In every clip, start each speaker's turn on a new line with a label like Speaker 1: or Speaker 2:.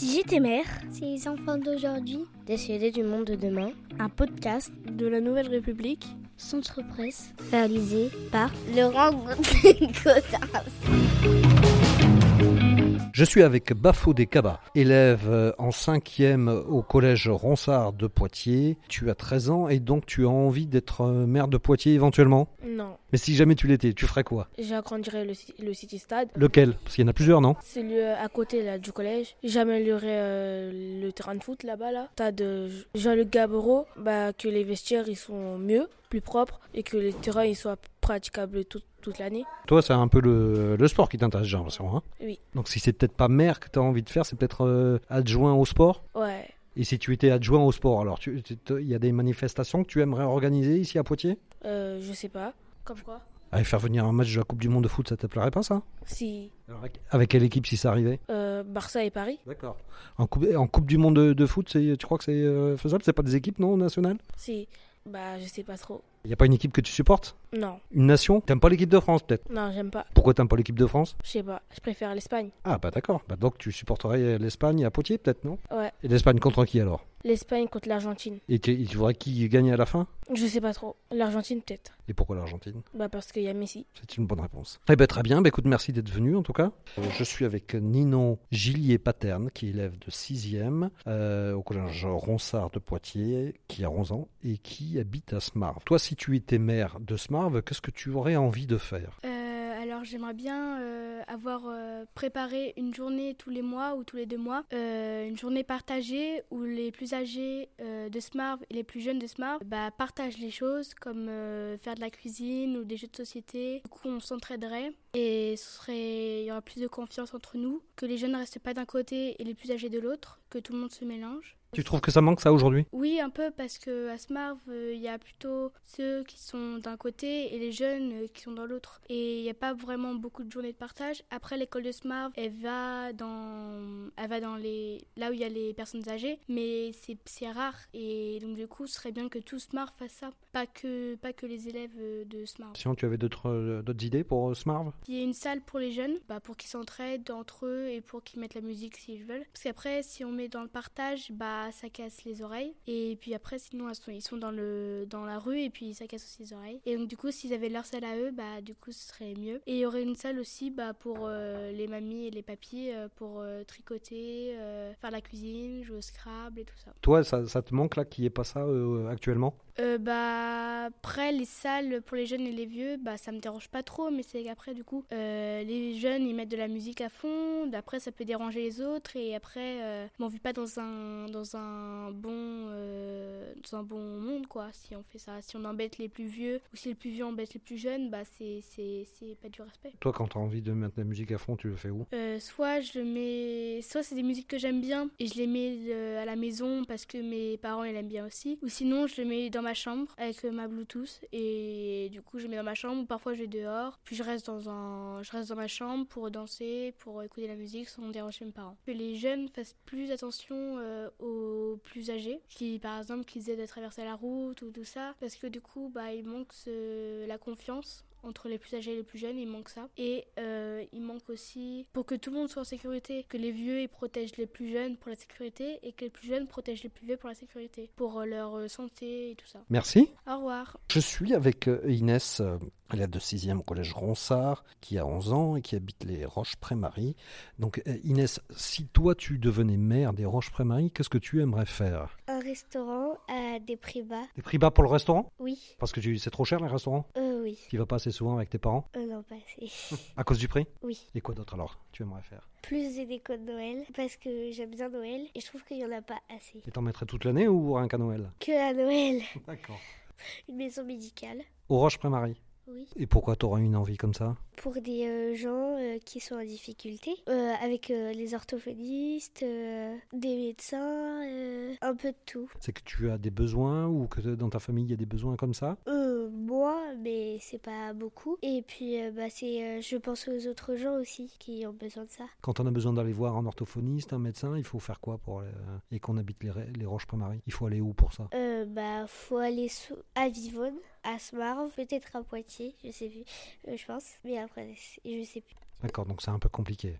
Speaker 1: Minute et Mère,
Speaker 2: C'est les enfants d'aujourd'hui,
Speaker 1: Décédés du monde de demain, un podcast de la Nouvelle République,
Speaker 2: Centre Presse, réalisé par
Speaker 1: Laurent Gaudin.
Speaker 3: Je suis avec Bafo Descabas, élève euh, en cinquième au collège Ronsard de Poitiers. Tu as 13 ans et donc tu as envie d'être euh, maire de Poitiers éventuellement
Speaker 4: Non,
Speaker 3: Mais si jamais tu l'étais, tu ferais quoi
Speaker 4: j'agrandirai le, ci- le City Stade,
Speaker 3: Lequel Parce qu'il y en a plusieurs, non
Speaker 4: celui euh, à côté là, du collège. J'améliorerai euh, le terrain de foot là-bas. Là. T'as de Jean-Luc Gaboreau, bah, que les vestiaires ils sont mieux, plus propres et que les terrains ils soient praticables tout- toute l'année.
Speaker 3: Toi, c'est un peu le, le sport qui t'intéresse, j'ai l'impression. Hein
Speaker 4: Oui.
Speaker 3: Donc si c'est peut-être pas maire que tu as envie de faire, c'est peut-être euh, adjoint au sport
Speaker 4: Ouais,
Speaker 3: et si tu étais adjoint au sport, alors tu- tu- tu- il y a des manifestations que tu aimerais organiser ici à Poitiers
Speaker 4: euh, je sais pas. Comme quoi
Speaker 3: Allez, faire venir un match de la Coupe du Monde de foot, ça te plairait pas ça
Speaker 4: Si
Speaker 3: avec... avec quelle équipe si ça arrivait
Speaker 4: euh, Barça et Paris,
Speaker 3: D'accord. En coupe, en coupe du Monde de, de foot, c'est- tu crois que c'est euh, faisable C'est pas des équipes, non, nationales
Speaker 4: si. Bah, je sais pas trop.
Speaker 3: Il n'y a pas une équipe que tu supportes
Speaker 4: Non,
Speaker 3: Une nation T'aimes pas l'équipe de France, peut-être
Speaker 4: non, j'aime pas.
Speaker 3: Pourquoi t'aimes pas l'équipe de France
Speaker 4: Je sais pas, je préfère l'Espagne.
Speaker 3: Ah, bah d'accord. Bah, donc tu supporterais l'Espagne à Poitiers, peut-être, non
Speaker 4: Ouais.
Speaker 3: Et l'Espagne contre qui alors
Speaker 4: L'Espagne contre l'Argentine.
Speaker 3: Et tu, et tu voudrais qui gagne à la fin
Speaker 4: Je sais pas trop. L'Argentine peut-être.
Speaker 3: Et pourquoi l'Argentine
Speaker 4: Bah, parce qu'il y a Messi.
Speaker 3: C'est une bonne réponse. Eh ben, très bien, Bah, écoute, merci d'être venu en tout cas. Euh, Je suis avec Ninon Gillier-Paterne, qui est élève de 6e euh, au collège Ronsard de Poitiers, qui a 11 ans et qui habite à Smarve. Toi, si tu étais maire de Smarve, qu'est-ce que tu aurais envie de faire
Speaker 5: Euh, alors j'aimerais bien euh, avoir euh, préparé une journée tous les mois ou tous les deux mois, euh, une journée partagée où les plus âgés euh, de Smarv et les plus jeunes de Smarv bah, partagent les choses comme euh, faire de la cuisine ou des jeux de société. Du coup on s'entraiderait et ce serait, il y aurait plus de confiance entre nous, que les jeunes ne restent pas d'un côté et les plus âgés de l'autre, que tout le monde se mélange.
Speaker 3: Tu trouves que ça manque ça aujourd'hui
Speaker 5: Oui, un peu parce que à Smarv, euh, il y a plutôt ceux qui sont d'un côté et les jeunes euh, qui sont dans l'autre. Et il n'y a pas vraiment beaucoup de journées de partage. Après, l'école de Smarv, elle va dans, elle va dans les, là où il y a les personnes âgées, mais c'est, c'est rare. Et donc du coup, ce serait bien que tout Smarv fasse ça, pas que, pas que les élèves euh, de Smarv.
Speaker 3: Sinon, tu avais d'autres euh, d'autres idées pour euh, Smarve
Speaker 5: Il y a une salle pour les jeunes, bah, pour qu'ils s'entraident entre eux et pour qu'ils mettent la musique s'ils veulent. Parce qu'après, si on met dans le partage, bah, ça casse les oreilles. Et puis après, sinon, elles sont- ils sont dans, le, dans la rue et puis ça casse aussi les oreilles. Et donc, du coup, s'ils avaient leur salle à eux, bah, du coup, ce serait mieux. Et il y aurait une salle aussi bah, pour euh, les mamies et les papis euh, pour euh, tricoter, euh, faire la cuisine, jouer au Scrabble et tout ça.
Speaker 3: Toi, ça, ça te manque là qu'il n'y ait pas ça euh, actuellement
Speaker 5: Euh, bah, après, les salles pour les jeunes et les vieux, bah, ça me dérange pas trop, mais c'est qu'après, du coup, euh, les jeunes, ils mettent de la musique à fond, après, ça peut déranger les autres, et après, euh, bon, on vit pas dans un, dans un bon, euh, dans un bon monde, quoi, si on fait ça. Si on embête les plus vieux, ou si les plus vieux embêtent les plus jeunes, bah, c'est, c'est, c'est pas du respect.
Speaker 3: Toi, quand tu as envie de mettre la musique à fond, tu le fais où
Speaker 5: Euh, soit je le mets, soit c'est des musiques que j'aime bien et je les mets euh, à la maison parce que mes parents ils l'aiment bien aussi. Ou sinon je le mets dans ma chambre avec euh, ma Bluetooth et du coup je le mets dans ma chambre. Parfois je vais dehors, puis je reste dans un, je reste dans ma chambre pour danser, pour écouter la musique sans déranger mes parents. Que les jeunes fassent plus attention euh, aux plus âgés, qui par exemple qu'ils aident à traverser la route ou tout ça, parce que du coup bah il manque ce- la confiance entre les plus âgés et les plus jeunes, il manque ça. Et euh, il manque aussi, pour que tout le monde soit en sécurité, que les vieux ils protègent les plus jeunes pour la sécurité et que les plus jeunes protègent les plus vieux pour la sécurité, pour euh, leur euh, santé et tout ça.
Speaker 3: Merci.
Speaker 5: Au revoir.
Speaker 3: Je suis avec euh, Inès, euh, élève de 6e au collège Ronsard, qui a 11 ans et qui habite les Roches-Pré-Marie. Donc euh, Inès, si toi tu devenais maire des Roches-Pré-Marie, qu'est-ce que tu aimerais faire
Speaker 2: un restaurant à des prix bas.
Speaker 3: Des prix bas pour le restaurant
Speaker 2: Oui,
Speaker 3: Parce que tu- c'est trop cher les restaurants
Speaker 2: euh oui,
Speaker 3: Tu y vas pas assez souvent avec tes parents
Speaker 2: euh non pas assez.
Speaker 3: À cause du prix
Speaker 2: Oui,
Speaker 3: Et quoi d'autre alors tu aimerais faire
Speaker 2: plus des décos de Noël parce que j'aime bien Noël et je trouve qu'il y en a pas assez.
Speaker 3: Et t'en mettrais toute l'année ou rien qu'à Noël
Speaker 2: Que à Noël,
Speaker 3: D'accord.
Speaker 2: une maison médicale.
Speaker 3: Aux Roches-Pré-Marie
Speaker 2: Oui,
Speaker 3: Et pourquoi t'aurais une envie comme ça
Speaker 2: pour des euh, gens euh, qui sont en difficulté, euh, avec euh, les orthophonistes, euh, des médecins, euh, un peu de tout.
Speaker 3: C'est que tu as des besoins ou que dans ta famille il y a des besoins comme ça
Speaker 2: Euh, moi, mais c'est pas beaucoup. Et puis, euh, bah, c'est, euh, je pense aux autres gens aussi qui ont besoin de ça.
Speaker 3: Quand on a besoin d'aller voir un orthophoniste, un médecin, il faut faire quoi pour euh, et qu'on habite les, Ra- les Roches-Pré-Marie Il faut aller où pour ça
Speaker 2: Euh, bah, faut aller sous- à Vivonne, à Smarve, peut-être à Poitiers, je sais plus, euh, je pense. Mais après, c'est- je sais plus.
Speaker 3: D'accord, donc c'est un peu compliqué.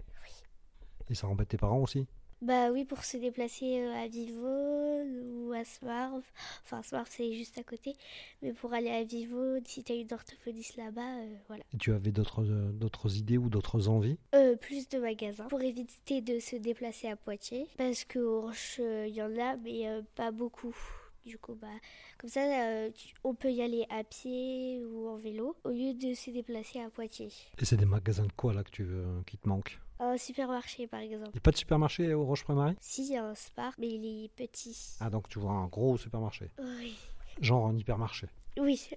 Speaker 3: Et ça embête tes parents aussi
Speaker 2: Bah oui, pour se déplacer euh, à Vivol ou à Smarv. Enfin, Smarv, c'est juste à côté. Mais pour aller à Vivol, si t'as une orthophoniste là-bas, euh, voilà.
Speaker 3: Et tu avais d'autres euh, d'autres idées ou d'autres envies
Speaker 2: Euh, plus de magasins pour éviter de se déplacer à Poitiers. Parce que Orche, il y en a, mais euh, pas beaucoup. Du coup, bah, comme ça, euh, tu- on peut y aller à pied ou en vélo au lieu de se déplacer à Poitiers.
Speaker 3: Et c'est des magasins de quoi là que tu veux- qui te manquent
Speaker 2: Un supermarché, par exemple.
Speaker 3: Il n'y a pas de supermarché au Roche-Prémarie
Speaker 2: Si, il y a un Spar, mais il est petit.
Speaker 3: Ah donc tu vois un gros supermarché,
Speaker 2: Oui.
Speaker 3: genre un hypermarché.
Speaker 2: Oui,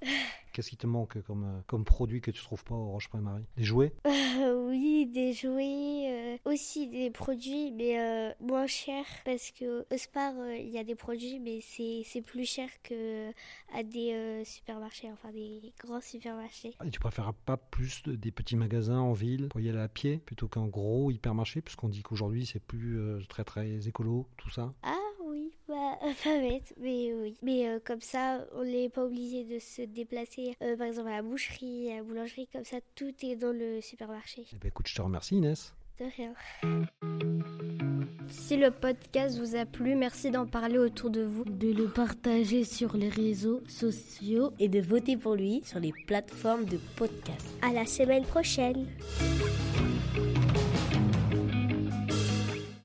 Speaker 3: Qu'est-ce qui te manque comme, euh, comme produit que tu trouves pas au Roche-Prémarie Des jouets
Speaker 2: Euh, oui, des jouets, euh, aussi des produits, mais euh, moins chers. Parce que au Spar, euh, il y a des produits, mais c'est c'est plus cher que à des euh, supermarchés, enfin des grands supermarchés.
Speaker 3: Et tu préfères pas plus de- des petits magasins en ville pour y aller à pied plutôt qu'un gros hypermarché puisqu'on dit qu'aujourd'hui c'est plus euh, très très écolo tout ça
Speaker 2: Ah oui, bah, pas bête, mais oui. Mais euh, comme ça, on n'est pas obligé de se déplacer, euh, par exemple à la boucherie, à la boulangerie, comme ça, tout est dans le supermarché.
Speaker 3: Eh ben écoute je te remercie Inès.
Speaker 2: De rien.
Speaker 6: Si le podcast vous a plu, merci d'en parler autour de vous.
Speaker 1: De le partager sur les réseaux sociaux
Speaker 7: et de voter pour lui sur les plateformes de podcast.
Speaker 2: À la semaine prochaine!